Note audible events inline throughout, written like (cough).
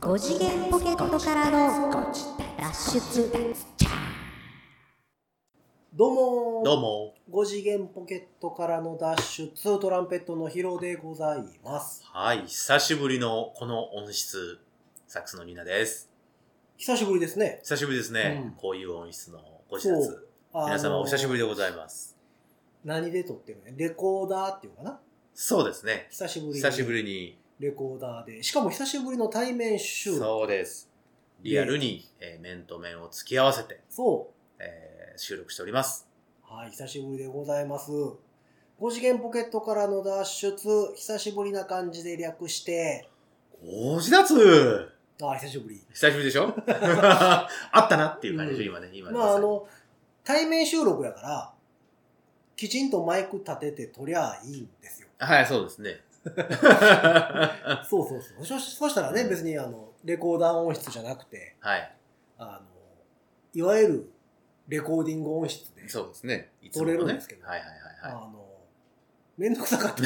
5次元ポケットからの脱出どうもーどうも。 5次元ポケットからの脱出トランペットのヒロでございますはい。久しぶりのこの音質、サックスのニーナです。久しぶりですね久しぶりですね。うんこういう音質のご自そ宅。あ皆様お久しぶりでございすます。何で撮ってるのレコーダーっていうのかなそうですね。久しぶりに久しぶりに。レコーダーでしかも久しぶりの対面収録そうです。リアルに、えー面と面を突き合わせて、そえー収録しております。うはい久しぶりでございます5次元ポケットからの脱出久しぶりな感じで略してご自宅あー久しぶり久しぶりでし (laughs) ょあったなっていう感じでしょ、今ね。今ねまああの対面収録やからきちんとマイク立てて撮りゃいいんですよはい、そうです (laughs) ね。そうそうそう。そしそしたらね、うん別にあの、レコーダー音質じゃなくて、はい。あの、いわゆるレコーディング音質で、そうですね。い撮れるんですけどはいはいあはいはい。の、めんどくさかった。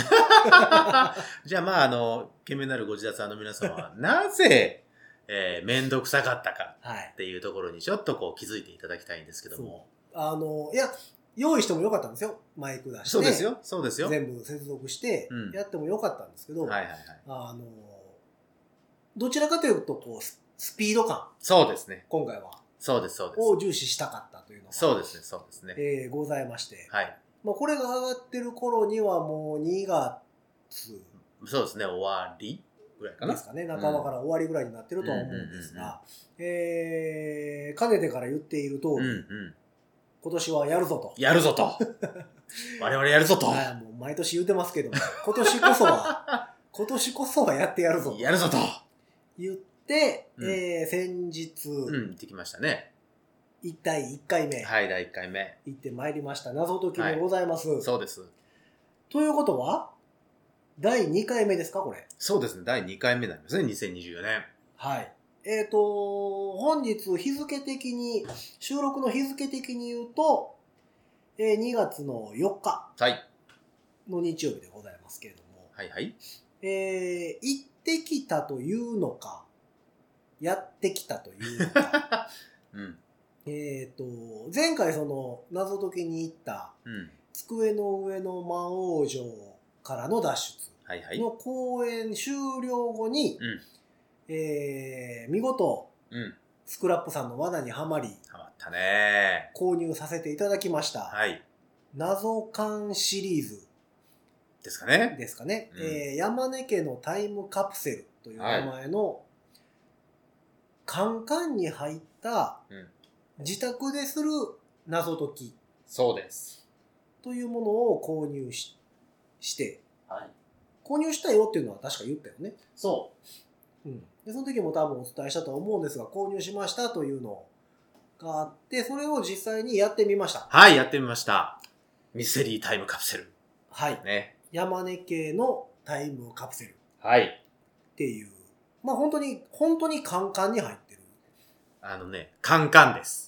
(laughs) じゃあまあ、あの、懸命なるご自宅さんの皆様 (laughs) は、なぜ、えー、めんどくさかったかはいっ。ていうところにちょっとこう気づいていただきたいんですけども。あの、いや、用意してもよかったんですよ。マイク出して。そうですよ。そうですよ。はい全部接続してう、んやってもよかったんですけど、はいはい。あの、どちらかというと、こうス、スピード感、そうですね。今回は、そうです、そうです。を重視したかったというのが、そうですね、そうですね。えーございまして、はい。まあ、これが上がってる頃にはもう2月、そうですね、終わりぐらいかなで。すかね半ばから終わりぐらいになってるとは思うんですが、えー、かねてから言っている通うんり、うん。今年はやるぞと。やるぞ (laughs) と。我々やるぞと。はい、もう毎年言ってますけども、今年こそ (laughs) は、今年こそはやってやるぞとやるぞと。言って、うんえー、先日、うん、できましたね。一1対1回目はい、第1回目。行ってまいりました。謎解きでございます。そうです。ということは、第2回目ですか、これ。そうですね、第2回目になりますね、2024年。はい。えっ、と、本日日付的に、収録の日付的に言うと、えー2月の4日はい。の日曜日でございますけれども、はいはい。えー行ってきたというのか、やってきたというの (laughs) か、うん。えっと、前回その謎解きに行ったうん。机の上の魔王城からの脱出。はいはい。の公演終了後に、うんえー見事、うん。スクラップさんの罠にはまり、ハマったね購入させていただきました。はい。謎缶シリーズですかね。ですかね、うんえー山根家のタイムカプセルという名前の、カンカンに入ったうん自宅でする謎解きそうです。というものを購入しして、はい。購入したよっていうのは確か言ったよね。そうん、でその時も多分お伝えしたとは思うんですが購入しましたというのがあってそれを実際にやってみましたう。はい、やってみました。ミステリータイムカプセル。はいね。山根系のタイムカプセルっはい。ていうまあ本当に本当にカンカンに入ってるあのね、カンカンです。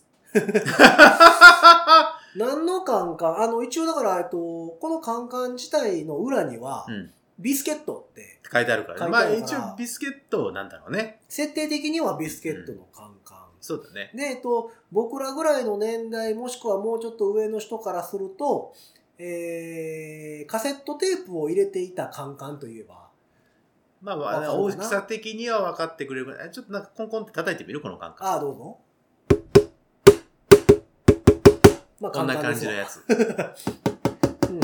何のカンカンあの一応だからえっとこのカンカン自体の裏には、うん。ってビスケットって (laughs) 書いてあるから書いね。てまあある一から応ビスケットなんだろうね。設定的にはビスケットのカンカン、そうだね。で、えっと、僕らぐらいの年代もしくはもうちょっと上の人からすると、えー、カセットテープを入れていたカンカンといえば、まあまあね、わ大かるかなきさ的には分かってくれるぐらい。ちょっとなんかコンコンって叩いてみるこのカンカン。ああ、どうぞ。まあ、こんな感じのやや (laughs) つ。つ。うん。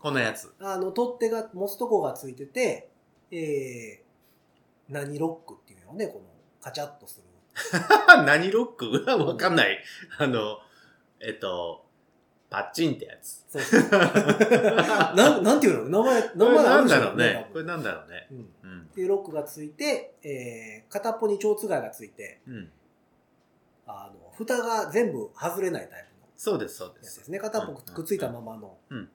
こんなやつ。 (laughs) あの、取っ手が、持つとこがついてて、えー、何ロックっていうのね、この、カチャッとする。何ロック (laughs) わかんない。あの、えっと、パッチンってやつ。そうそう (laughs) なん、なんていうの名前、こ名れ前あるなんんでしだょろうね。こ多れ分なんだろうね。うん。うん。で、ロックがついて、えー、片っぽに蝶つがいがついて、うん。あの、蓋が全部外れないタイプのそうです、そうやで。つですすね。片っぽくっついたままのうん、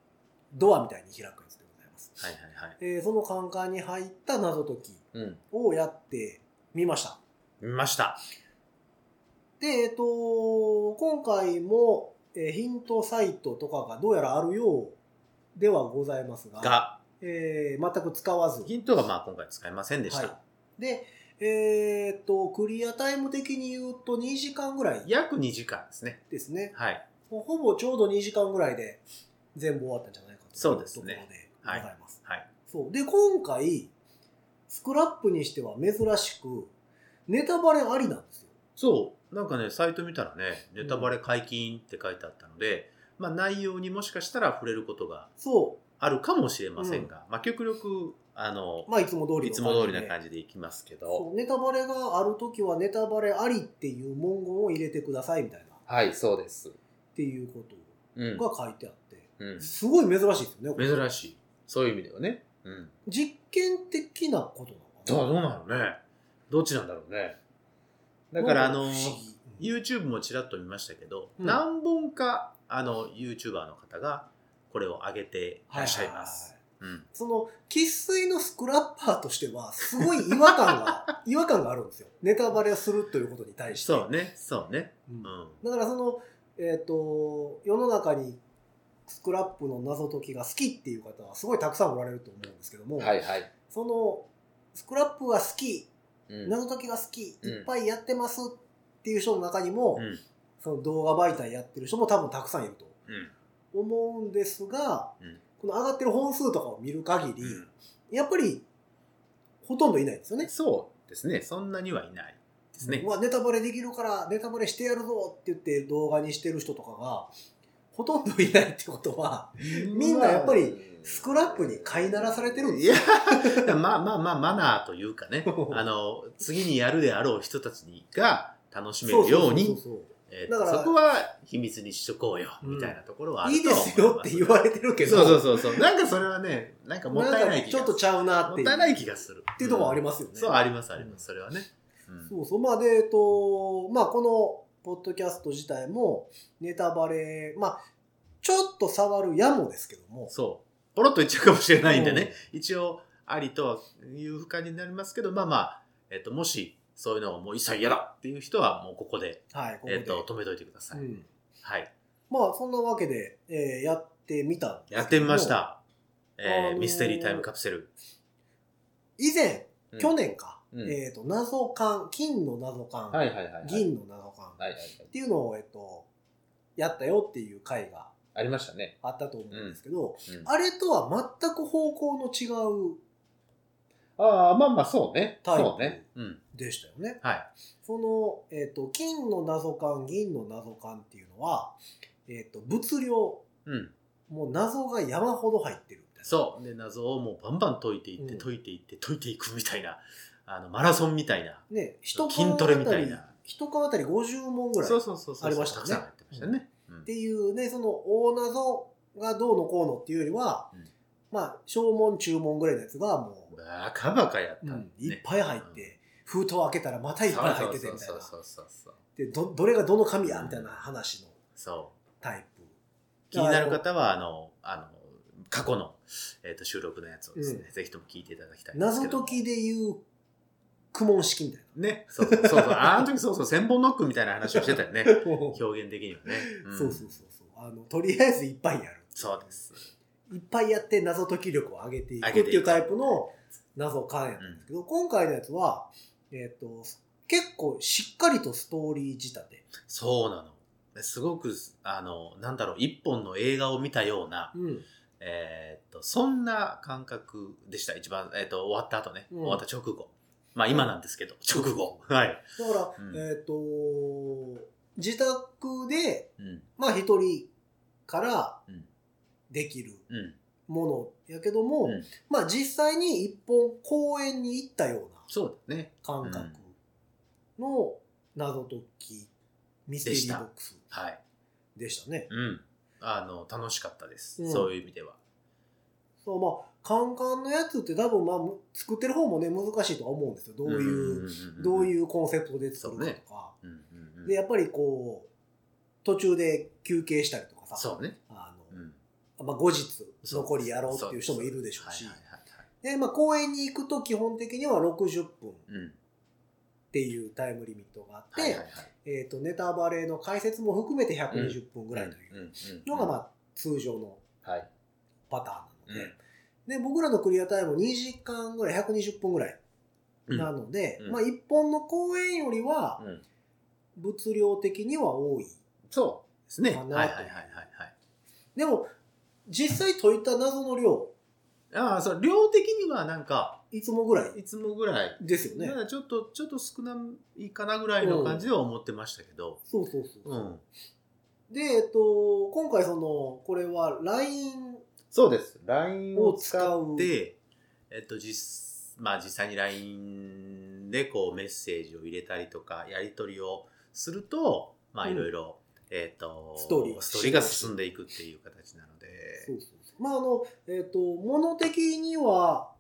ドアみたいに開くやつでございます。はいはいはい。えーそのカンカンに入った謎解きうん。をやってみました。見ました。で、えっ、と、今回も、えーヒントサイトとかがどうやらあるようではございますが、が、えー全く使わず。ヒントがまあ今回使いませんでしはた。い、で、えーっと、クリアタイム的に言うと2時間ぐらい約2時間ですね。ですね。はい。もうほぼちょうど2時間ぐらいで全部終わったんじゃないかといそうですとねころでございます。はい。そう。で、今回、スクラップにしては珍しく、ネタバレありなんですよ。そう。なんかね、サイト見たらね、ネタバレ解禁って書いてあったので、まあ内容にもしかしたら触れることがそあるかもしれませんが、まあ極力、あのう。、まあ、いつも通りのいつも通りな感じでいきますけど。そうネタバレがあるときはネタバレありっていう文言を入れてくださいみたいなっはい、そうです。ていうことうん。が書いてあって、うん、すごい珍しいですよねこれ。珍しい。そういう意味ではね。うん。実験的なことどうなのかどうなのね。どっちなんだろうね。だから、あなのん、不思議 YouTube もちらっと見ましたけど、うん何本か、あの、YouTuber の方が、これを上げていらっしゃいます。。うん。その、生粋のスクラッパーとしては、すごい違和感 (laughs) が、違和感があるんですよ。ネタバレをするということに対して。そうね、そうね。うんうん。だからその、えっ、と、世の中にスクラップの謎解きが好きっていう方はすごいたくさんおられると思うんですけども、いはい。その、スクラップが好き、うん。謎解きが好き、うんいっぱいやってますっていう人の中にも、うん。その動画媒体やってる人も多分たくさんいるとうん。思うんですが、うんこの上がってる本数とかを見る限り、うんやっぱりほとんどいないんですよね。そうですね。そんなにはいないですねう。わネタバレできるからネタバレしてやるぞって言って動画にしてる人とかがほとんどいないってことはみんなやっぱりスクラップに飼いならされてるんですいや、まあまあまあ、マナーというかね、 (laughs) あの、次にやるであろう人たちにが楽しめるようそに、そそえーだからそこは秘密にしとこうよ、うんみたいなところはうあいるいとでは思すよって言われてるけどそうそうそうそう。なんかそれはね、なんかもったいないんか気ちがょっする。とちゃうなもっっていうたいない気がする。っていうところありまますよね。そう、あります、あります。それはね。うんそうそう。まあ、で、えっと、まあ、この、ポッドキャスト自体も、ネタバレ、まあ、ちょっと触るやもですけども。そう。ポロッと言っちゃうかもしれないんでね。一応、ありとはいう不可になりますけど、まあまあ、えっ、と、もし、そういうのをもう一切嫌だっていう人は、もうここで、はい、ここで。えっ、と、止めといてください。うんはい。まあ、そんなわけで、えーやってみたんですけどやってみまし。た。えーあのーミステリータイムカプセル。以前、うん去年か、うんえっ、と、謎缶、金の謎缶、はいはいはいはい。銀の謎缶、はいはいはい。っていうのを、えっと、やったよっていう回がありましたね。あったと思うんですけど、うんあれとは全く方向の違うああ、まあまあ、そうね。タイプそうね。うん。でしたよね。はい。その、えっと金の謎感銀の謎感っていうのは、えっと物量うん。もう謎が山ほど入ってるみたいなそう。で、謎をもうバンバン解いていって、うん解いていって、解いていくみたいな、あの、マラソンみたいな。ね一筋トレみたい缶あなたり一缶あたり50問ぐらいそうっそうそうそう。ありましたねたくさん入ってましたね。うんていうねその大謎がどうのこうのっていうよりは、うんまあ小問中問ぐらいのやつがもう、バカバカやったうねんいっぱい入って、封筒開けたらまたいっぱい入っててみたいなそうそうそうそうでどどれがどの紙やみたいな話のそうタイプ気になる方はあのあの過去の、えー、と収録のやつをですね、ぜひとも聞いていただきたいんです謎けど解きでいう苦問式みたいねそうそうそうそうあの時そうそう千本ノックみたいな話をしてたよ (laughs) ねな表現的にはね、んそうそうそうそうあのとりあえずいっぱいやるそうですいっぱいやって謎解き力を上げていくっ上てげていくいうタイプの謎感やったんですけど、今回のやつは、えっと結構しっかりとストーリー仕立て、そうなのすごくあのなんだろう一本の映画を見たようなうんえーっと、そんな感覚でした。一番、えーっと、終わった後ね。うん終わった直後。まあ今なんですけど、直後。はい。だから、うんえっ、と自宅でうん。まあ一人からうんできるうん。ものやけども、うんまあ実際に一本公園に行ったようなそうだね。感覚の謎解きミステリーボックスはい。でしたね。うん。あの、楽しかったです。うんそういう意味では。そうまあカンカンのやつって多分まあむ作ってる方もね難しいとは思うんですよ。どういう、うどうう。いうコンセプトで作るかとか。うんうんうんでやっぱりこう途中で休憩したりとかさ、そうね。あのうん。まあ、後日そう残りやろうっていう人もいるでしょうしはい。はいはいはいでまあ公園に行くと基本的には60分っうん。ていうタイムリミットがあって、はいはいはいえっ、とネタバレの解説も含めて120分ぐらいという。うんうんのがまあ通常のはい。パターンなのうで,、でん僕らのクリアタイム2時間ぐらい120分ぐらいうんなので、うんまあ一本の公演よりはうん物量的には多い。そうですね。はかいなはいとはいはいはい。でも、実際解いた謎の量、ああ、そう、量的にはなんか、いつもぐらいいつもぐらい、ですよねま。だちょっと、ちょっと少ないかなぐらいの感じでは思ってましたけど、そうそうそう。うん。で、えっと、今回その、これは LINE そうです。LINE をを使使うって、えっと、実、まあ実際に LINE でこうメッセージを入れたりとか、やり取りをすると、まあうんいろいろ、えっと、ストーリーストーリーが進んでいくっていう形なのそで、うそうそうまああのえっ、と物的には、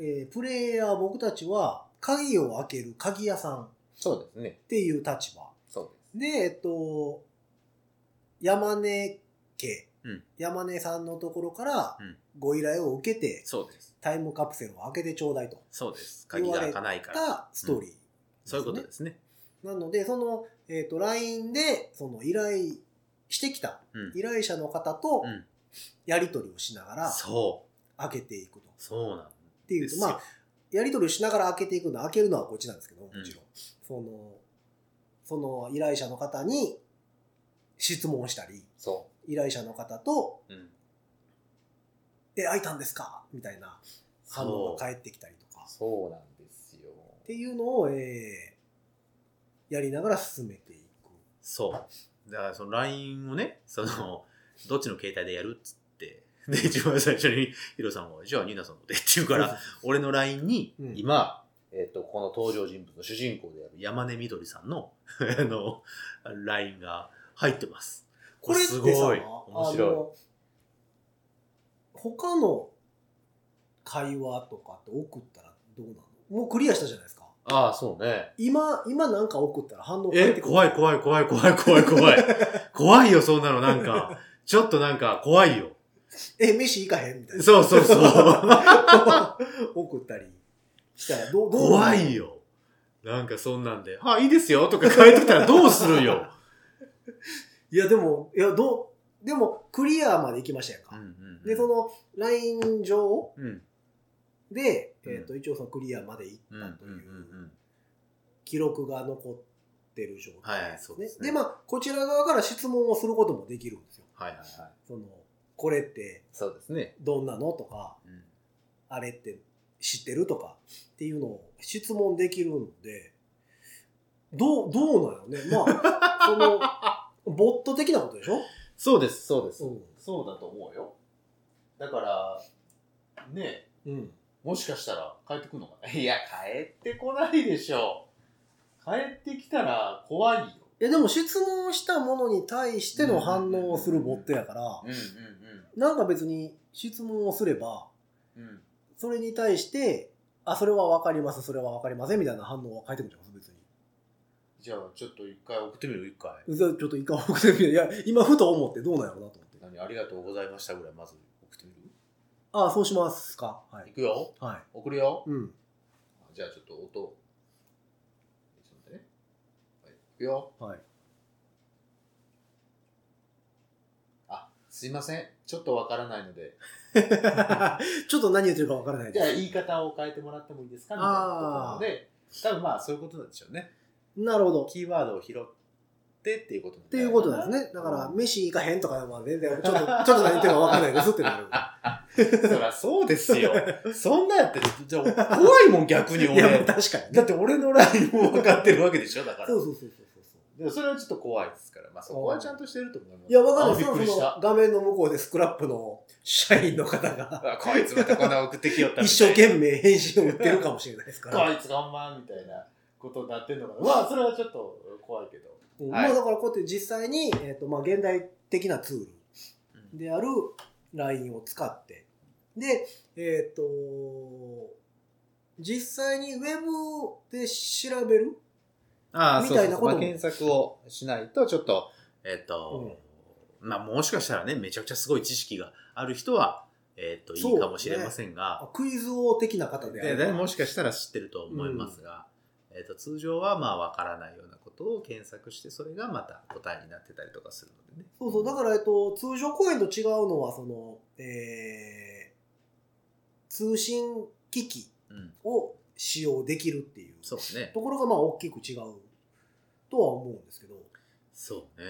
えープレイヤー僕たちは鍵を開ける鍵屋さんっそうですね。ていう立場そうでえっ、と山根家、うん山根さんのところからうんご依頼を受けてです。そうです。タイムカプセルを開けてちょうだいとそうです。鍵が開かないから。がストーリー、そういうことですね。なのでその、えっと LINE でその依頼してきたうん。依頼者の方とうんやり取りをしながらそう。開けていくと。そうなんっていうでと、すよまあ、やり取りをしながら開けていくの、開けるのはこっちなんですけど、もちろん。うんその、その依頼者の方に質問したり、そ依頼者の方と、う。うん。え、開いたんですかみたいな反応が返ってきたりとか、っそうなんですよ。ていうのを、えーやりながら進めていく。そう。だからその LINE をね、その、どっちの携帯でやるっつって、で、一番最初にヒロさんは、じゃあニーナさんのでって言うから、俺の LINE にうん、今、えっと、この登場人物の主人公である山根みどりさんの、 (laughs) あの、LINE が入ってます。これってすさ、ごい。面あ白い。の、他の会話とかって送ったらどうなのもうクリアしたじゃないですか。ああ、そうね。今、今なんか送ったら反応え、怖い怖い怖い怖い怖い怖い。怖いよ、そんなの、なんか。ちょっとなんか、怖いよ。え、飯行かへんみたいな。そうそうそう。 (laughs) 送ったりしたら、どう、どう (laughs) 怖いよ。なんかそんなんで、あ、いいですよとか書いてきたらどうするよ。 (laughs) いや、でも、いや、どう、でも、クリアまで行きましたやんか。で、その、LINE 上うん、で、うんえっ、と、一応そのクリアまで行うん、っうん、たとうんう。いうん記録が残ってる状態はいそうですねで、まあ、こちら側から質問をすることもできるんですよ。はいはいはい。その、これってそうですね。どんなのとか、うん、あれって知ってるとかっていうのを質問できるので、どう、どうなのね。まあ、その、 (laughs) ボット的なことでしょそうです、そうです、うんそうだと思うよ。だから、ねえ、うん。もしかしたら帰ってくるのかないや、帰ってこないでしょう。帰ってきたら怖いよ。え、でも質問したものに対しての反応をするボットやから、うん、なんか別に質問をすれば、うん、うん。それに対して、あ、それはわかります、それはわかりません、みたいな反応は返ってくるじゃん、別に。じゃあ、ちょっと一回送ってみる、一回。じゃあちょっと一回送ってみる。いや、今ふと思ってどうなんやろうなと思って。何、ありがとうございましたぐらい、まず送ってみるあ、そうしますか。はい行。くよ。は送るよ。い。うん。 (laughs) じゃあちょっと音を。ちょっと待ってね。はい、行くよ。はい。あ、すいません。ちょっとわからないので。ちょっと何言ってるかわからないじでゃあす。言い方を変えてもらってもいいですかみたいなことなので、多分まあそういうことなんでしょうね。なるほど。キーワードを拾ってっていうことっっていうことなんですね。だから、飯行かへんとかでも全然、ちょっと、ちょっと何言ってるか分かんないですってなる。ね。そりゃそうですよ。そんなやってるじゃあ怖いもん逆 (laughs) にいや、まあ (laughs) 俺。確かにだね。って俺のラインも分かってるわけでしょだからそう。そうそうそうそう。でもそれはちょっと怖いですから。まあそこはちゃんとしてると思います。いや、わかんない。あびっそくのりしそたの。画面の向こうでスクラップの社員の方が、あこいつまたこんな送ってきよったみたい一生な懸命返信を打ってるかもしれないですかこら。いつがほんまみたいなことになってんのかなまあそれはちょっと怖いけど、うんまはいあ、だからこうやって実際に、えっと、まあ、現代的なツールである LINE を使って。で、えっ、と、実際にウェブで調べるああみみたたいいななこともこと、まあ、検索をしないとちょっとえっ、と、まあもしかしたらねめちゃくちゃすごい知識がある人はえっ、とそういいかもしれませんが、あクイズ王的な方であでれでばもしかしたら知ってると思いますが、えっと通常はまあわからないようなことを検索してそれがまた答えになってたりとかするのでねそうそう、だから、えっと、通常公演と違うのは、その、えー通信機器うんを使用できるっていうそうねところがまあ大きく違うとは思うんですけどそうね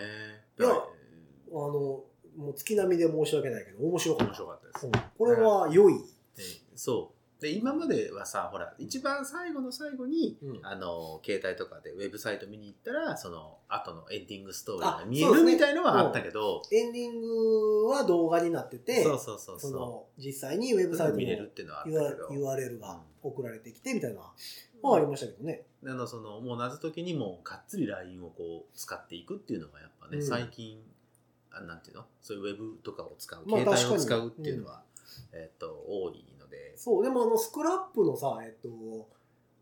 いやだからあのもう月並みで申し訳ないけど面白かっ面た、白かったですうんこれは良い、ねそうで今まではさほら一番最後の最後に、うんあの携帯とかでウェブサイト見に行ったらその後のエンディングストーリーがあ見えそうでるすねみたいのはあったけどエンディングは動画になっててそうそうそうそその実際にウェうブサイト見にれるっていうのはあったけ UR- ど URL が送られてきてみたいなのはありましたけどね。あのそのもう謎解きにもがっつり LINE をこう使っていくっていうのがやっぱね、うん最近あなんていうのそういうウェブとかを使うまあ携帯確をか使にうっていうのは、えっと多いのでそう、でもあのスクラップのさ、えっと、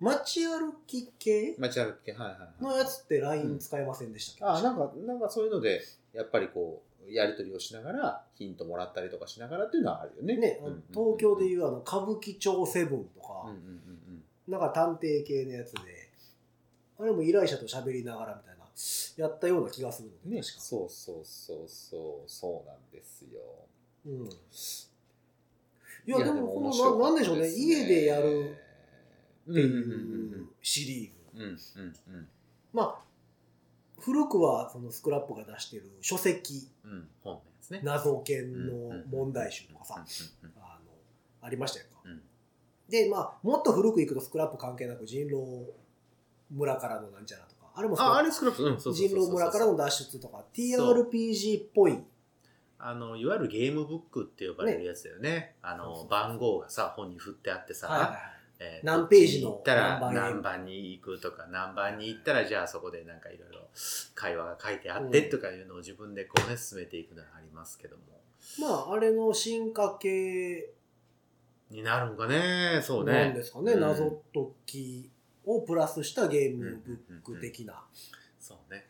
街歩き系街歩き系はいはい、はい、のやつって LINE 使えませんでしたっけ、あなんかなんかそういうのでやっぱりこうやり取りをしながらヒントもらったりとかしながらっていうのはあるよねね、あうんうんのうん東京でいうあの歌舞伎町セブンとうんかうん、うんなんか探偵系のやつで、あれも依頼者と喋りながらみたいな、やったような気がするのうんで、ねね、確か。そうそうそうそうそうなんですようん、いや、でもこ面白のな、かっなたんでしょうね、す家でやるうってんうんいうんうシリーズ。うんうんうんうんまあ、古くはそのスクラップが出してる書籍、うん、本のやつね。謎研の問題集とかさ、うんうんあの、ありましたよ。うんで、まあ、もっと古くいくとスクラップ関係なく人狼村からのなんちゃらとか、あれもスクラッあ、プあれスクラップ、うん、そうそうそう人そう狼村からの脱出とか、TRPG っぽい。あの、いわゆるゲームブックって呼ばれるやつだよね。あのそうそうそう番号がさ、本に振ってあってさ、えー何ページのこっちに行った何ら番へ何番に行くとか、何番に行ったら、じゃあそこでなんかいろいろ会話が書いてあってうんとかいうのを自分でこうね、進めていくのはありますけども。まあ、あれの進化系になるんかね、そうなんねで。すかね、うん謎解きをプラスしたゲームブック的な。そうね。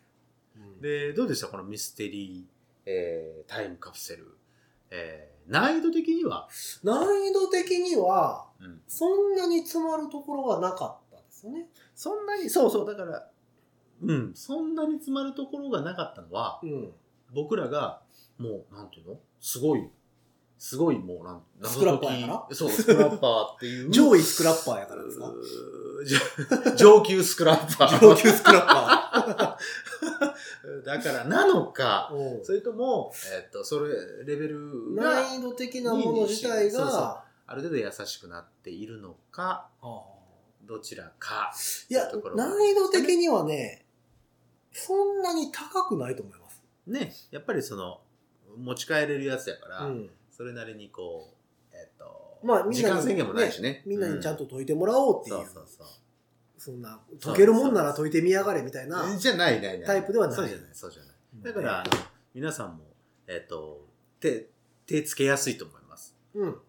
うんで、どうでしたこのミステリー、えータイムカプセル。えー難易度的には、難易度的には、うん、そんなに詰まるところはなかったですよね。そんなに、そうそう、だから、うん、そんなに詰まるところがなかったのは、うん。僕らが、もう、なんていうのすごい、すごい、もう、なん、スクラッパーやから謎解きそう、スクラッパーっていう。上位スクラッパーやからですかうーじょ (laughs) 上級スクラッパ上ー。級スクラッパだから、なのか、 (laughs) ー。うんそれとも、えっと、それ、レベル難が易度的なもの自体そうそうが、ある程度優しくなっているのか、どちらか。いやとこ、ろが難易度的にはね、そんなに高くないと思います。ね、やっぱりその、持ち帰れるやつやから、うん。それなりにこう、えっ、と、まあみんなに時間制限もないしね。みんなにちゃんと、と解いてもらおうっていう、そうそうそう。そんな、解けるもんなら解いてみやがれみたいな。じゃない、ない、ない。タイプではないそうじゃない、そうじゃない。うんだから、あの、皆さんも、えっ、と、手、手つけやすいと思います。うん。うん。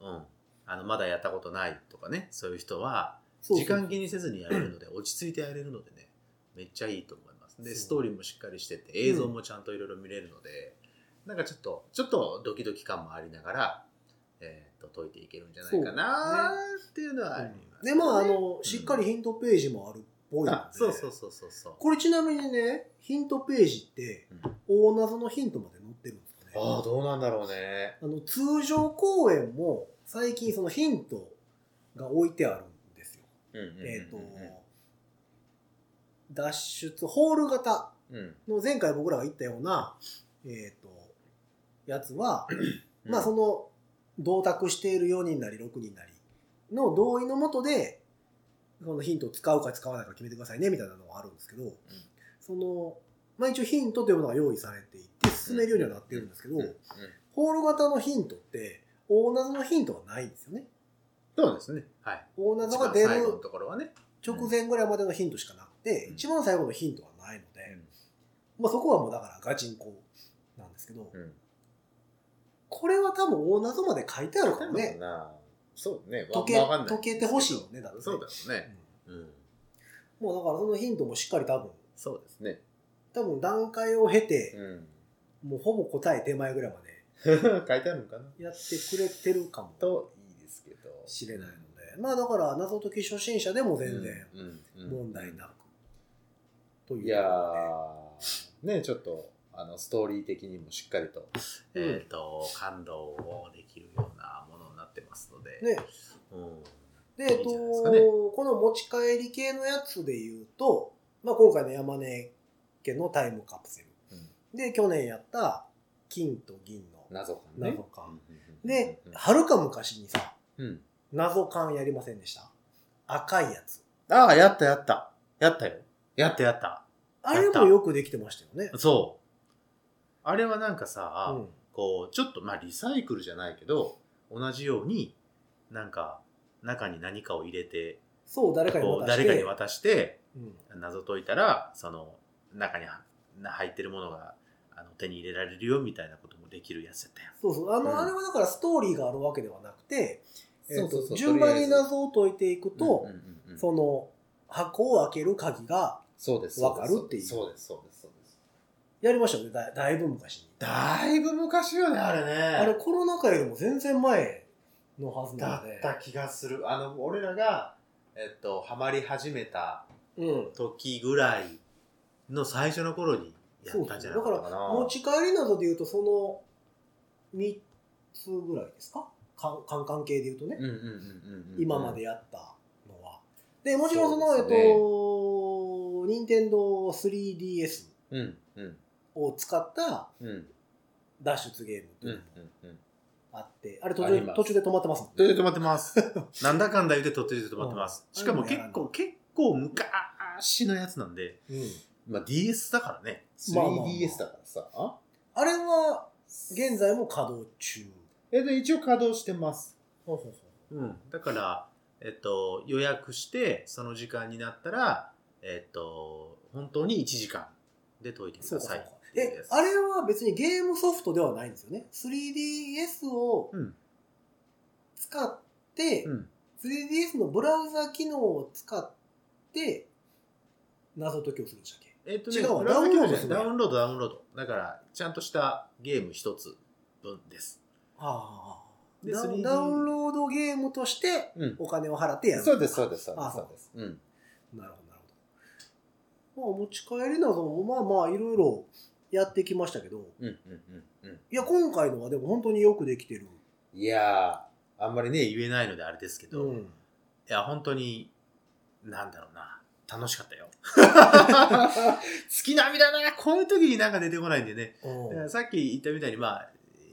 あの、まだやったことないとかね、そういう人は、そうそう時間気にせずにやれる (laughs) ので、落ち着いてやれるのでね、めっちゃいいと思います。で、そうストーリーもしっかりしてて、映像もちゃんといろいろ見れるので、なんかちょっと、ちょっとドキドキ感もありながら、えっ、と、解いていけるんじゃないかなーっていうのはあります、で、まあ、あの、しっかりヒントページもあるっぽいので。あそうそうそうそうそう。これちなみにね、ヒントページって、うん大謎のヒントまで載ってるんですかね。ああ、どうなんだろうね。あの通常公演も最近そのヒントが置いてあるんですよ。えっ、と、脱出、ホール型うん、の前回僕らが言ったような、えっ、と、やつは、まあその、の、同卓している4人なり6人なりの同意のもとで、そのヒントを使うか使わないか決めてくださいね、みたいなのがあるんですけど、その、まあ一応ヒントというものが用意されていて、進めるようにはなってるんですけど、うんうんホール型のヒントって、大謎のヒントがないんですよね。そうですね。はい。大謎が一出番最後のるところはね。直前ぐらいまでのヒントしかなくてう、ん一番最後のヒントはないので、まあそこはもうだからガチンコなんですけど、うん。これは多分大謎まで書いてあるからねね。。そうね。解け、わわかんない解けてほしいよね、だってね。そうだろうね。うん。うんもうだからそのヒントもしっかり多分、そうですね。多分段階を経て、うん。もうほぼ答え手前ぐらいまで書いてあるのかなやってくれてるかもと、いいですけど。しれないので、まあだから謎解き初心者でも全然うん、うん問題なく。といういやーね、ちょっと、あの、ストーリー的にもしっかりと、えっ、と、感動をできるようなものになってますので。ね、うん。で、えっいいとんじゃないですかねこの持ち帰り系のやつで言うと、まあ、今回の山根家のタイムカプセル。で、去年やった金と銀の。謎感ね。謎感うん。うんで、はるか昔にさ、うんうん。謎感やりませんでした赤いやつ。ああ、やったやった。やったよ。やったやった。あれやったもよくできてましたよね。そう。あれはなんかさ、うんこう、ちょっと、まあ、リサイクルじゃないけど、同じように、なんか、中に何かを入れて、そう、誰かにこう渡して。誰かに渡して、うん謎解いたら、その、中にはな入ってるものが、あの、手に入れられるよ、みたいなこともできるやつやったよ。そうそう。あの、うんあれはだからストーリーがあるわけではなくて、えっとそうそうそう順番に謎を解いていくと、うんうんうんうんその、箱を開ける鍵が、そうです。わかるっていうそうです、そうです、そうです。やりましたよね。だだいぶ昔に。だいぶ昔よね、あれね。あれコロナ禍よりも全然前のはずなだのでっ。た気がする。あの、俺らが、えっと、ハマり始めたうん。時ぐらいの最初の頃にやそうったんじゃなかったかな。持ち帰りなどで言うと、その3つぐらいですかカンカンカン系で言うとね、うんうんうんうんうん今までやったのは。で、もちろんその、そうですねえっと、任天堂 3DS うんうんを使ったうんうん脱出ゲームとういうんのもうんあって、あれ途あり中ます途中で止まってますもん途中で止まっ (laughs) てます。なんだかんだ言って途中で止まってます。うんしかもあれもや結らない構、結構昔のやつなんで、うんまあ DS だからね。まあまあまあ 3DS だからさ。あれは、現在も稼働中。えっと、一応稼働してます。そうそうそう。うん、だから、えっと、予約してその時間になったら、えっと、本当に1時間で解いてくそうだかさそういか。え、あれは別にゲームソフトではないんですよね。3DS をうん使って、うん、 3DS のブラウザ機能を使って、謎解きをするんでしたっけえっとね違うわブラウザダウンロードするダウンロードダウンロードだからちゃんとしたゲーム一つ分です、あでダ 3D ダウンロードゲームとしてうん、お金を払ってやる。そうですそあそうですうん、なるほど、なるほど。まあ、持ち帰りなども、まあまあ、いろいろやってきましたけど、うんうんうんうんいや、今回のはでも本当によくできてる。いやーあんまりね言えないのであれですけど、いん。や本当になんだろうな楽しか (laughs) ったよ月並みだなこういう時になんか出てこないんでねうんだからさっき言ったみたいに、まあ、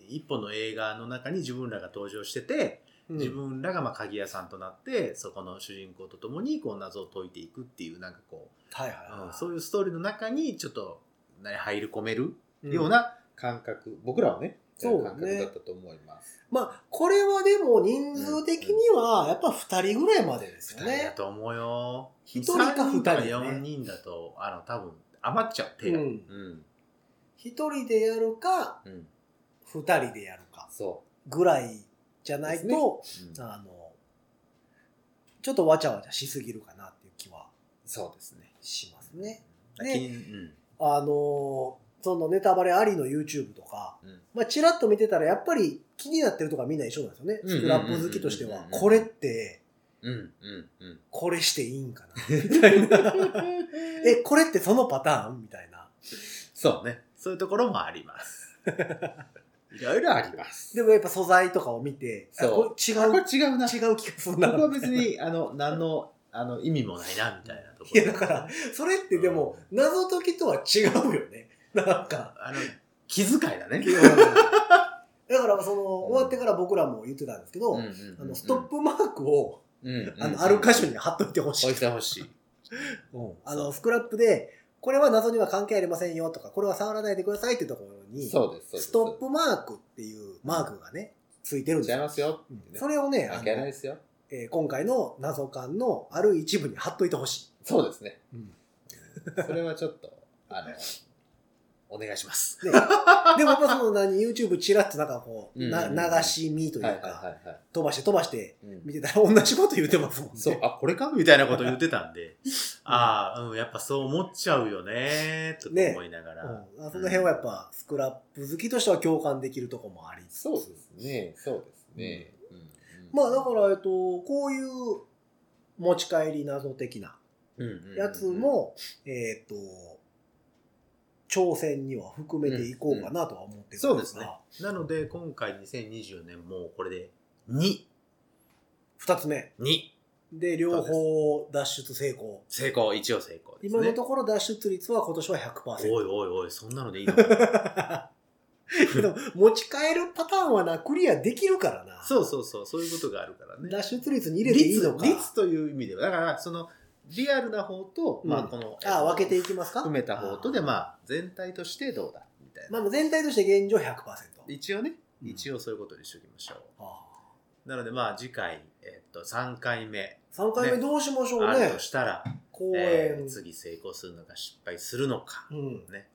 一本の映画の中に自分らが登場してて、自分らがまあ鍵屋さんとなってそこの主人公と共にこう謎を解いていくっていうなんかこ、はいはいうはい、うんそういうストーリーの中にちょっとね入り込めるよなうな感覚、僕らはねそうね感覚だったと思います。まあ、これはでも人数的には、やっぱ2人ぐらいまでです二よ人だね。と思うよ。一人か三二人だね4人だとあの多分余っちゃう手が。うんうん1人でやるか、うん2人でやるか、そぐらいじゃないですねと、う、うんあの、ちょっとわちゃわちゃしすぎるかなっていう気はそうですね。しますね。うんで気にうんあの、そのネタバレありの YouTube とか、うんまあ、ちらっと見てたら、やっぱり気になってるとかみんな一緒なんですよね。うんうんうんスクラップ好きとしてはう。んこれって、うんうんうんこれしていいんかなみたいな。え、これってそのパターンみたいな。そうね。そういうところもあります。 (laughs) いろいろあります。でもやっぱ素材とかを見て、あそうこれ違あこれう、違うな。違こう気がするこな。は別に、あの、何の、あの、意味もないな、みたいなとこいろ。やだから、それってでも、謎解きとは違うよね。なんか。あの、気遣いだね。だから、その、終わってから僕らも言ってたんですけど、うんうんうんうんあの、ストップマークを、うんうんうんあの、ある箇所に貼っといてほしい置い。てほしい。うんあの、スクラップで、これは謎には関係ありませんよとか、これは触らないでくださいっていうところに、そうです、そうです。ストップマークっていうマークがね、ついてるんです違いよ。ますよ。うんそれをね、あ関の係ないですよ。えー今回の謎感のある一部に貼っといてほしい。そうですね。うんそれはちょっと、あの、お願いします。ね、でもやっぱその何 YouTube ちらっとなんかこう、なうんうんうん流し見というか、 (laughs) はいはいはいはい飛ばして飛ばしてうん見。てたら同じこと言ってますもんね。そう、あ、これかみたいなこと言って (laughs) たんで、ああ、うん、やっぱそう思っちゃうよね、とかね思いながら。うんあその辺はやっぱスクラップ好きとしては共感できるとこもありつつそうですね、そうですね。うんまあだか、ら、えっと、こういう持ち帰り謎的なうんうんうんうんやつ、も、えっと、挑戦には含めていこうかなとは思ってるんそうですねが。なので、今回2024年もうこれで2、二つ目。 2、で、両方脱出成功。成功、一応成功です今ね。のところ脱出率は今年はおい100%。おいおい、そんなのでいいの (laughs) かなけど、持ち帰るパターンはな、クリアできるからな。そうそうそう、そういうことがあるからね。脱出率に入れていいのか。率率という意味ではだからそのリアルな方と、うんまあこのああ、分けていきますか含めた方とであーまあ全体としてどうだみたいな、まあ、全体として現状100%。一応ねうん一応そういうことにしておきましょう、ああなのでまあ次回、えっと3回目3回目どうしましょうあねるとしたら、公え演ー、次成功するのか失敗するのかうんね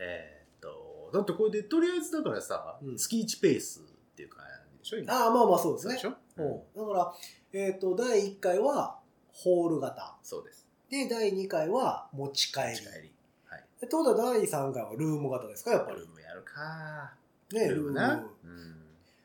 えっとだってこれでとりあえずだからさ、うん月1ペースっていう感じでしょ今ああまあまあそうですそうねでしょ、うんうん、だから、えっと第1回はホール型そうですで第2回は持ち帰り持ち帰りはいでということは第3回はルーム型ですかやっぱルりームやるかねルームな、うん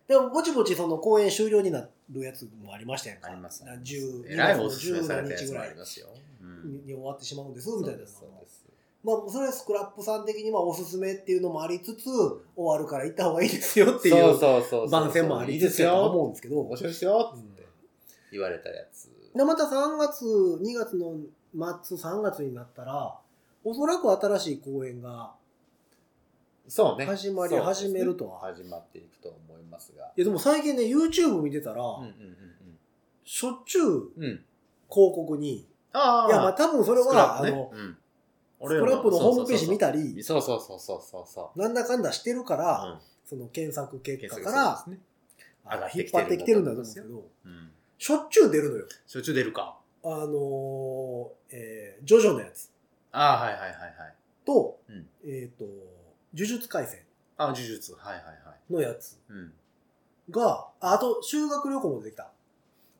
でもぼちぼちその公演終了になるやつもありましたやんかありますな10えらいおすすめ2されたや月の17日つぐもあらりいますよ。うんにに終わってしまうんですみたいなのもそうですまあそれはスクラップさん的にはおすすめっていうのもありつつ終わるから行った方がいいですよっていうそうそう番宣もありつつやとは思うんですけど面白いですようっつっんて言われたやつ。でまた3月2月の末3月になったらおそらく新しい公演がそうね。始まりそうです始ねめるとは、い始まっていくと思いますが。やでも最近ね YouTube 見てたら、うんうんしょっちゅう広うんうん。うん。告にああ。いやまあ多分それはスクあラップねのうんスクラップのホームページ見たりそうそうそうそうそうそう。なんだかんだしてるから、うんその検索結果検か索らそうですねあ上がのって引っきてる張ってきてるんだと思うんですけどうん。しょっちゅう出るのよしょっちゅう出るか。あのーえージョジョのやつああ、はいはいはいはい。と,、うんえっと呪術廻戦ああ、呪術。はいはいはい。のやつうん。がああと修学旅行も出てきた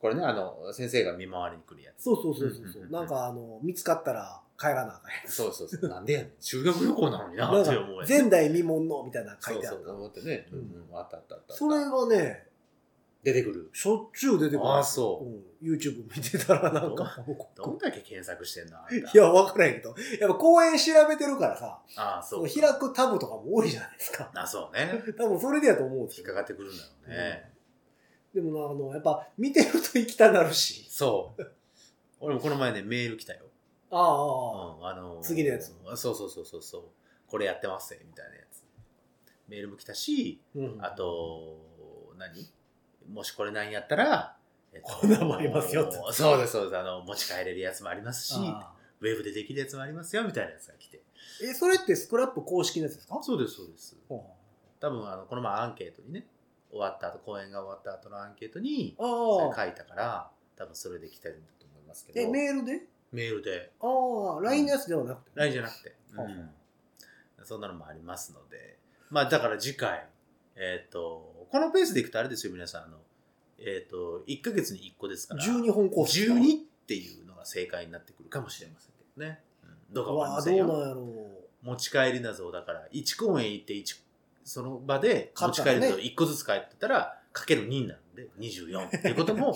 これね、あの、先生が見回りに来るやつ。そうそうそうそううんうんそうんうう。んなんかあの見つかったら帰らなあかんやそうそうそう。なんでやねん。修学旅行なのにななんっかて思うやつ。つ前代未聞のみたいなの書いてあそるうそう思ってね。ううんんうん。あったあったあった。それがね、出てくる。しょっちゅう出てくる。。ああそうん、YouTube 見てたらなんか報どん告。だけ検索してんだいや、わからへんけど。やっぱ公演調べてるからさ、ああ、そう。その開くタブとかも多いじゃないですか。 (laughs) あそうね。多分それでやと思うんです引っよか。かってくるんだろうね。でもな、あの、やっぱ見てると生きたなるし。そう。 (laughs) 俺もこの前ね、メール来たよ。あうあ、ああん。あのー次のやつ。あそうそうそうそうそう。これやってますね、みたいなやつ。メールも来たし、うんあ、と、何もしこれなんやったら、えっとこんなんもありますよってそうです、そうです。あの、持ち帰れるやつもありますし、ああウェブでできるやつもありますよ、みたいなやつが来て。え、それってスクラップ公式のやつですかそうです、そうです。う。多分、あの、この前アンケートにね、終わった後、公演が終わった後のアンケートに、あそれあ。書いたから、多分それで来てるんだと思いますけえ、ど、メールでメールで、ああ、LINE のやつではなくて。 LINE じゃなくて、はあうんそんなのもありますので、まあ、だから次回、えっ、と、このペースでいくとあれですよ、皆さん、あの、えっ、と、1ヶ月に1個ですから、 12本コース。 12っていうのが正解になってくるかもしれませんけどね。うん、どうかうわかりわまあせどうなんよ。んやろ持ち帰りなぞだから1公演行って1その場で持ち帰りなぞ買ったらね1個ずつ帰ってたらかける2になるんで24っていうことも考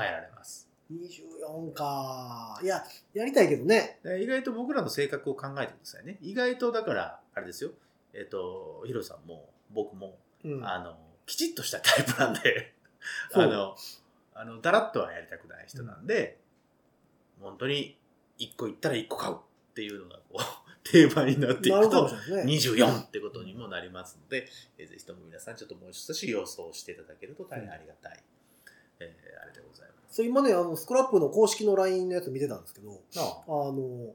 えられますう。24か。いや、やりたいけどね。で意外と僕らの性格を考えてくださいね意外とだからあれですよえっ、とヒロさんも僕も、うん。あのきちっとしたタイプなん (laughs) でそあうのあのだらっとはやりたくない人なんで、本当に1個行ったら1個買うっていう (laughs) のがこう定番になっていなるくかともしれないね。 24ってことにもなりますので、えーぜひとも皆さんちょっともう一つ予想していただけると大変ありがたい、えーあれでございます。そう、今ね、あの、スクラップの公式の LINE のやつ見てたんですけど、あの、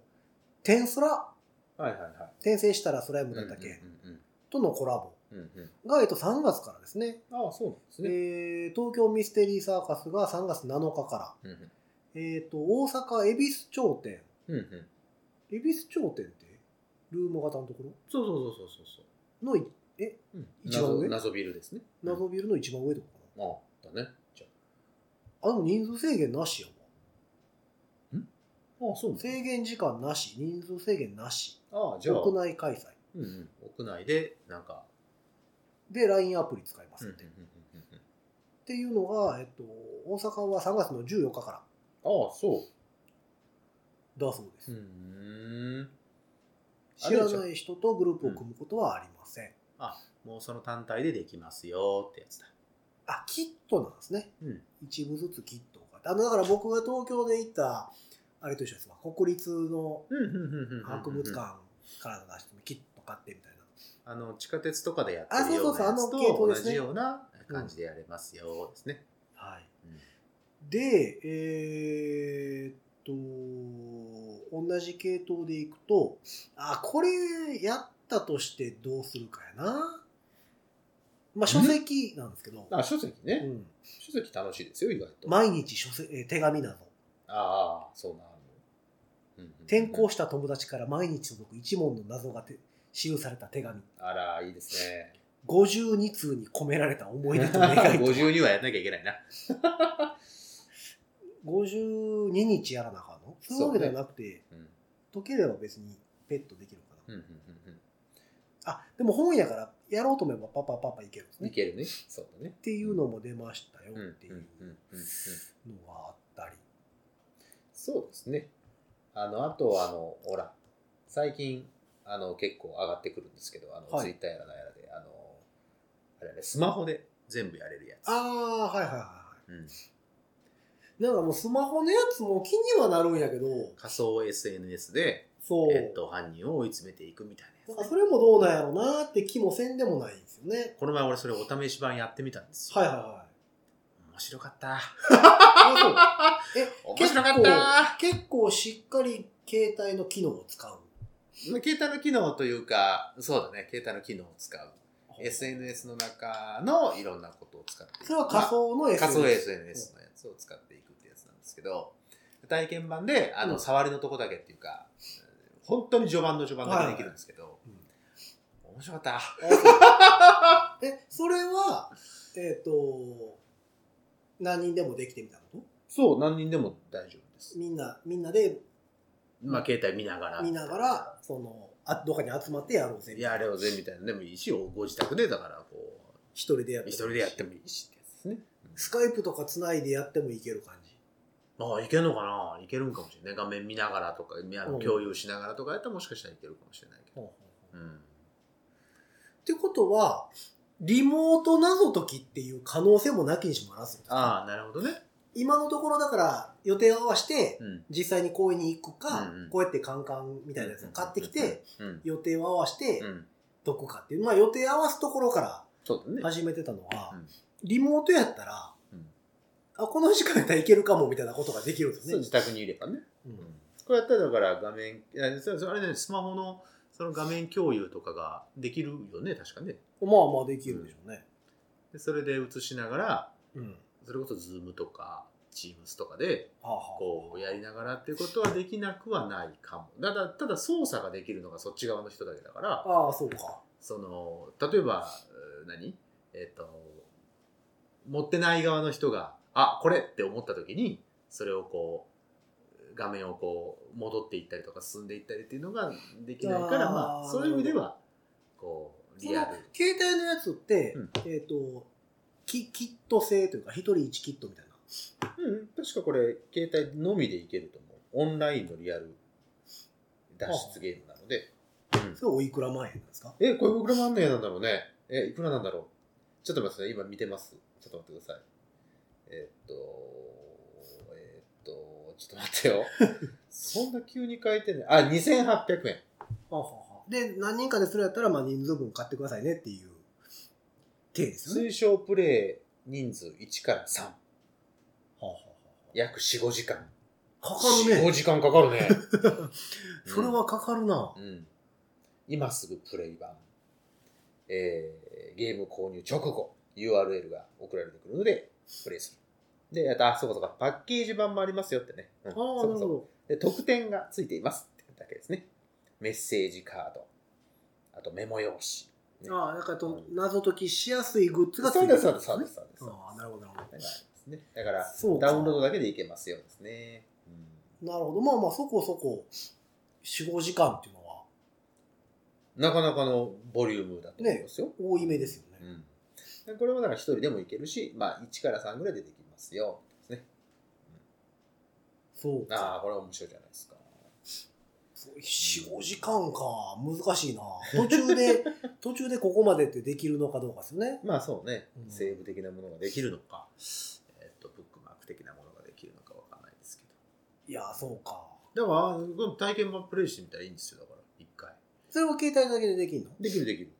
テンスラ、はいはいはい。転生したらスライムだったっけ、うんとのコラボうんうんうんが、えっと、3月からですね。ああ、そうなんですね。えー東京ミステリーサーカスが3月7日かうんうんら、えっ、と、大阪恵比寿町店。うんうん恵比寿町店って、ルーム型のところそうそうそうそうそうのい、え、そう。うん一番上謎謎ビルですね。うん謎ビルの一番上とかかなああ、だね。じゃあ、でも人数制限なしやわ。あ、ああそうなんだ制限時間なし、人数制限なし。ああ、じゃあ、屋内開催。うんうん屋内で、なんか、で、LINE アプリ使いまうすんうっんて。うんうんうんっていうのが、えっと、大阪は3月の14日からああ、そだそうでう。す。うーん。知らない人とグループを組むことはありません。もうその単体でできますよってやつだ。あ、キットなんですね。うん一部ずつキットがかってあのだから僕が東京で行ったあれと一緒ですわ国立のうんうんうんうんうん博物館からの出してキッと買ってみたいなあの地下鉄とかでやってあそるよううそうそうなやあつの系と統同ですねじような感じでやれますよですね。はい、うんでえーっと同じ系統でいくとあこれやったとしてどうするかやなまあ書籍なんですけど、あ書籍うね、ん、書籍楽しいですよ意外と。毎日書籍えー手紙などああそうなの、うんうんうん転校した友達から毎日届く一問の謎がて記された手紙あらいいですね。 52通に込められた思い出と願いと52はやんなきゃいけないな。 52日やらなあかんのそういうわけではなくて、うん解ければ別にペットできるかなうんうんうんあでも本やからやろうと思えばパパパパいけるんですうん、ね (laughs) いけるね。そうだねっ。ていうのも出ましたようんうんっていううんうんうんのがあったりそうですね。あのあとはあのほら最近あの結構上がってくるんですけどあの、はいツイッターやらなんやらであのあれあれスマホで全部やれるやつ。ああはいはいはいはうんいなんかもうスマホのやつも気にはなるんやけど仮想 SNS で、そう、えっと、犯人を追い詰めていくみたいななんかやつ、それもどうなんやろうなって気もせんでもないんですよねこの前俺それお試し版やってみたんですよ。はいはいはい面白かった。あそうえ面白かった結構結構しっかり携帯の機能を使う携帯の機能というか、そうだね、携帯の機能を使う。SNS の中のいろんなことを使っていく。それは仮想のまあ仮 SNS、想 SNS のやつを使っていくってやつなんですけど、体験版で、あうの、ん触りのとこだけっていうか、本当に序盤の序盤だけできるんですけど、うん面白かった。あそうえそれはえっ、と何人でもできてみたいなことそう、何人でも大丈夫です。みんなみんなでまあ、携帯見ながら。見ながらそのあどっかに集まってやろうぜみたいなやれよぜみたいなのでもいいしご自宅でだからこ一人でやっうて一人でやってもいいしってやつですね、スカイプとかつないでやってもいける感じああいけるのかないけるんかもしれない画面見ながらとかみあのうん共有しながらとかやったらもしかしたらいけるかもしれないけど、うん、ってことはリモート謎解きっていう可能性もなきにしもあらずああなるほどね、今のところだから予定を合わせてうん、実際に公園に行くか、うんうんこうやってカンカンみたいなやつを買ってきて、うん予定を合わせてうん、どこかっていう、まあ予定合わすところかそうだねら始めてたのは、うんリモートやったら、うんあ、この時間やったらいけるかもみたいなことができるんですそね。う自宅にいればね、ううんん、こうやったらだから画面いやそうそうあれねスマホのその画面共有とかができるよね確かねまあまあできるでしょうね。でそれで映しながらうん。それこそズームとか Teams とかではあはあこうやりながらっていうことはできなくはないかもただただ操作ができるのがそっち側の人だけだからああ、そうか。その例えばうー何えっ、と持ってない側の人があこれって思った時にそれをこう画面をこう戻っていったりとか進んでいったりっていうのができないからあーまあそういう意味ではこうリアル携帯のやつって、うんえっ、と、キキット制というか、一人一キットみたいな。うん確かこれ携帯のみでいけると思うオンラインのリアル脱出ゲームなので、うんそれおいくら万円なんですかえ、これ僕ら万円なんだろうね。え、いくらなんだろう。ちょっと待ってください。今見てます。ちょっと待ってください。えーっと、えーっと、ちょっと待ってよ。 (laughs) そんな急に変えてね。あ、2800円。で、何人かでそれやったら、まあ人数分買ってくださいねっていう、手ですよね。推奨プレイ人数1から3。はあはあはあ約4、5時間。かかる4、5ね。時間かかる (laughs) ね。それはかかるなう。ん、うん。今すぐプレイ版。えーゲーム購入直後、URL が送られてくるので、プレイする。で、あと、あ、そうかそうか、パッケージ版もありますよってね。うんああ、そなうるかほそうど。で、特典がついていますってだけですね。メッセージカード。あと、メモ用紙。どああ、なんかと、謎解きしやすいグッズが。そうです、そうです、そうですす。そうですああ、なるほど、なるほど。ね、だから、そうかダウンロードだけでいけますよですね。うんなるほど。まあまあ、そこそこ、4、5時間っていうのは、なかなかのボリュームだと思いますよ。多い目ですよね。うん、これもだから一人でもいけるし、まあ、1から3ぐらいでできますよ。ね、そうああ、か。これ面白いじゃないですか。 4、5時間か。難しいな。途中で、途中でここまでってできるのかどうかですよね。まあそうねう、んセーブ的なものができるのか、えっとブックマーク的なものができるのいやー、そうか。だから、体験版プレイしてみたらいいんですよ、だから、一回。それは携帯だけでできるのできるできる。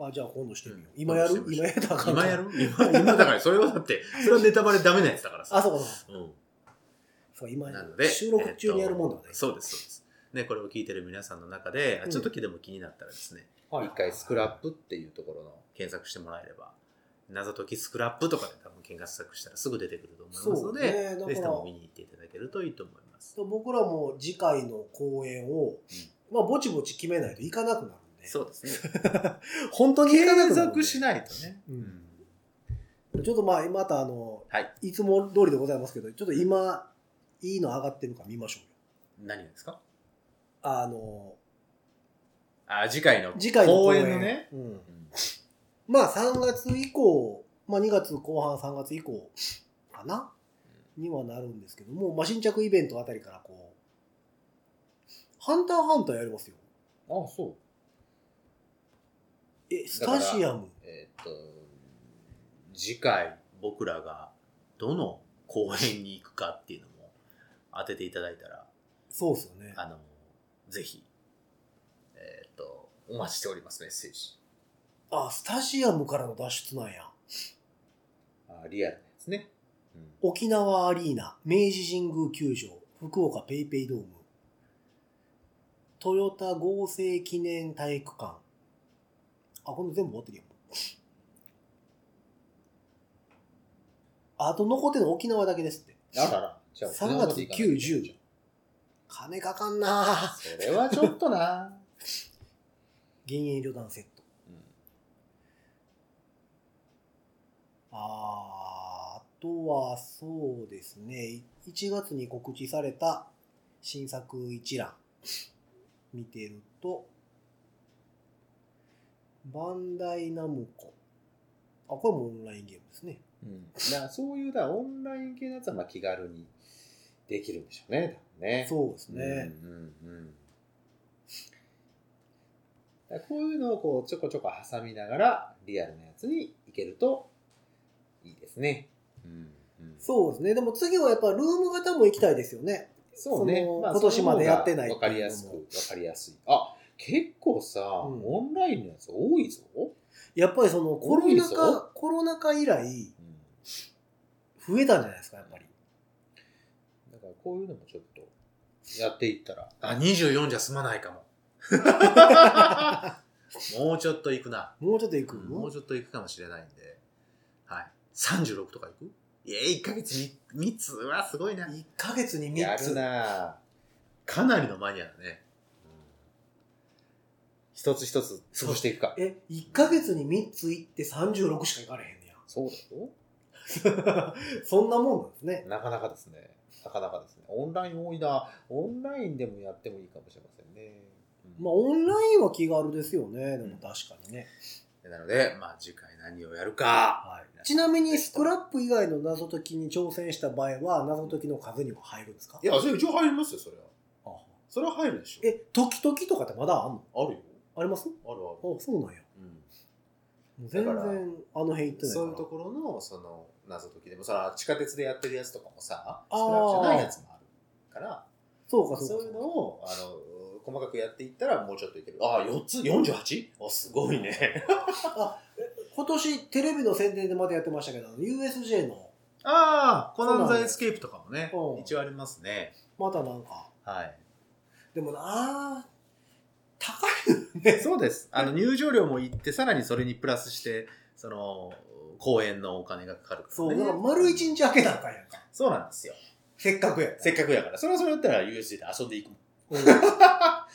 あ、じゃあ今度してみよう。うん今やる今度して今みやったらあかんか今やる今、今だから、それはだって、それはネタバレダメなやつだからさ。あ、そうかそうか。うん。そう、今なので、収録中にやるもんだねえっ。とそうです、そうです。ね、これを聞いてる皆さんの中で、あちょっとでも気になったらですね、は一回スクラップっていうところの検索してもらえれば、謎解きスクラップとかで多分検索したらすぐ出てくると思いますのそうねでだか、らぜひとも見に行っていただけるといいと思います。僕らも次回の公演を、まあ、ぼちぼち決めないといかなくなるんで。そうですね。本当に行かなくな検るんで索しないとね。うんちょっとまあ、またあの、はい。いつも通りでございますけど、ちょっと今、いいの上がってるか見ましょうよ。何がですかあの、あ、次回の次回の公公演演のね。うんうんまあ、3月以降、まあ、2月後半、3月以降かなにはなるんですけども、まあ、新着イベントあたりからこう、ハンターハンターやりますよ。あ、そう。え、スタジアム。えーっと、次回僕らがどの公演に行くかっていうのも当てていただいたら、そうっすよね。あの、ぜひ、えーっと、お待ちしております、メッセージ。あ、スタジアムからの脱出なんや。あリアルなやつね。うん沖縄アリーナ、明治神宮球場、福岡ペイペイドーム、トヨタ合成記念体育館。あ、これ全部終わってるよ。あと残ってるの沖縄だけですって。あらら。じ3月9、10。金かかんなぁそれはちょっと (laughs) な。幻影旅団セット。うんあーあとはそうですね1月に告知された新作一覧見てるとバンダイナムコあこれもオンラインゲームですねうん、だからそういうだオンライン系のやつはまあ気軽にできるんでしょうね多分ねそうですね、うんうんうん、だからこういうのをこうちょこちょこ挟みながらリアルなやつにいけるといいですね。うんうんそうですねでも次はやっぱルーム型も行きたいですよねそうね、その今年までやってないわかりやすくっていわうかりやすい。あ結構さ、んオンラインのやつ多いぞ。やっぱりそのコロ多いナですよ禍コロナ禍以来うん増えたんじゃないですかやっぱりだからこういうのもちょっとやっていったら。あ、24じゃ済まないかも。 (laughs) もうちょっと行くな。もうちょっと行く、もうちょっと行くかもしれないんで。はい。36とか行くいや、1ヶ月に3つはすごいな。 1ヶ月にや3るつなかなりのマニアだね。一つ一つ潰していくか。え1ヶ月に3つ行って36しか行かれへんねやそうだよ。 (laughs) そんなもんなんですね。なかなかですね。なかなかですね。オンライン多いな。オンラインでもやってもいいかもしれませんね。うんまあ、オンラインは気軽ですよね。でも確かにね。なので、まあ、次回何をやるか。はい、ちなみに、スクラップ以外の謎解きに挑戦した場合は、謎解きの数にも入るんですかいや、それ一応入りますよ、それは。あそれは入るでしょ。え、時々とかってまだあんのあるよ。ありますあるあ、そうなんや。ある。うん。もう全然だから、あの辺行ってないから。そういうところの、その、謎解きでも、そら、地下鉄でやってるやつとかもさ、スあークラップじゃないやつもあるから、そうか、そうそうか。いうのを、あの、細かくやっていったら、もうちょっといける。ああ、4つ ?48? あ、すごいね。今年、テレビの宣伝でまたやってましたけど、USJ の、ああ、 (laughs) コナンザエスケープとかもね一応ありますね。またなんか、はい。でもなあ高い。そうです。あの、入場料も行って、さらにそれにプラスして、その、公演のお金がかかるから、そね。う、だから丸一日開けたんかいやんか。そうなんですよ。せっかくやったせらっかくやから。それはそれだったら USJ で遊んでいくもん。うんだか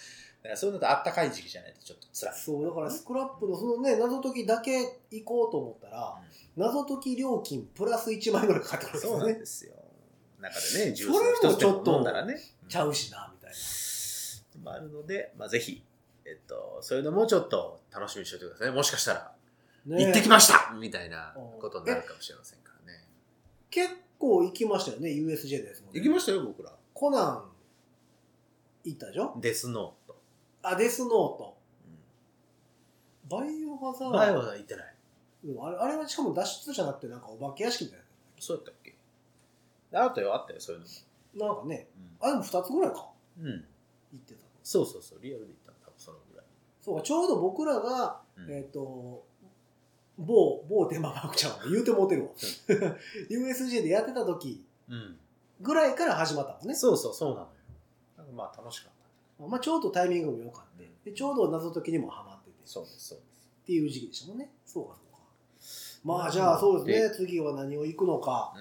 らそういうのとあったかい時期じゃないとちょっと辛い。そうだからスクラップのそのね謎解きだけ行こうと思ったら、謎解き料金プラス1万円ぐらいかかってくるんですそうよなんねですよ。中でね、ジューそれもスちょをっ一つとでも飲んだらね。ちゃうしなみたいうんまああるので、まあ、ぜひ、えっと、そういうのもちょっと楽しみにしておいてください。もしかしたら、な、ね行ってきましたみたいなことになるかもしれませんからね。結構行きましたよね USJ のやつも、ね、行きましたよ、僕ら。コナン行ったでしょデスノート。あデスノートバイオハザ前ードは行ってない。でもあれあれはしかも脱出じゃなくてなんかお化け屋敷みたいなそうやったっけあったよ、あったよ、そういうのも。なんかね、あ、でも2つぐらいか。うん、うん、行ってたの。そうそうそうリアルで言ったら多分そのぐらい、そうか、ちょうど僕らが、うんえっ、と、某、某テーマパークちゃんは言うてもうてるわ。USJ でやってた時うんぐらいから始まったもんね。そうそうそうなのよなんかまあ楽しかったまあ、ちょうどタイミングも良かった。で、ちょうど謎解きにもハマってて。そうですそうですっていう時期でしたもんね。そうかそうか。まあじゃあそうですね、次は何を行くのか、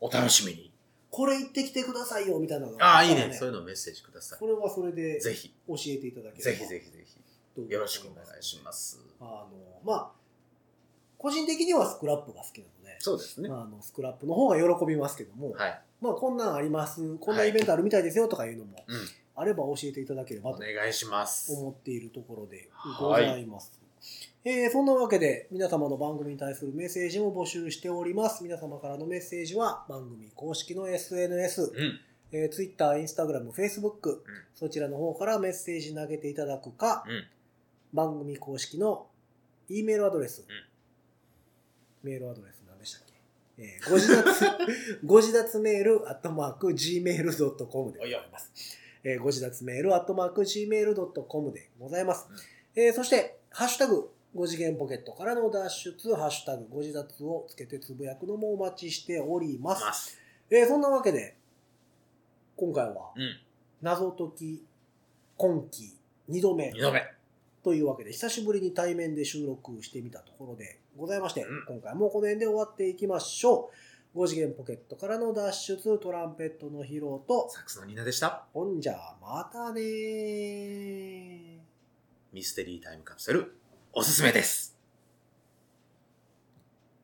お楽しみにこれ行ってきてくださいよみたいなのああっいたいらねそういうのメッセージくださそれはそれでいぜひ教えていただければぜひぜひぜと思い。ひよろしくお願いしますすあの、まあ、個人的にはスクラップが好きなので、そうですねまあ、あのスクラップの方が喜びますけども、はいまあこんなんあります、こんなイベントあるみたいですよとかいうのもうんあれば教えていただければおと願いします思っているところでございます。えーそんなわけで皆様の番組に対するメッセージも募集しております。皆様からのメッセージは番組公式の SNS、うんえー、Twitter、Instagram、Facebook、そちらの方からメッセージ投げていただくか、うん番組公式の E メールアドレス、メールアドレス何でしたっけえーご自立、 (laughs) ご自立メールアットマーク gmail.com でございます。えーご自立メールアットマーク gmail.com でございます。えーそして、ハッシュタグ、5次元ポケットからの脱出、ハッシュタグ、ご自立をつけてつぶやくのもお待ちしております。ますえーそんなわけで、今回は、うん謎解き今期2度目二度目というわけで久しぶりに対面で収録してみたところでございまして、うん今回もこの辺で終わっていきましょう5次元ポケットからの脱出トランペットの披露とサックスのニーナでしたほんじゃまたねーミステリータイムカプセルおすすめです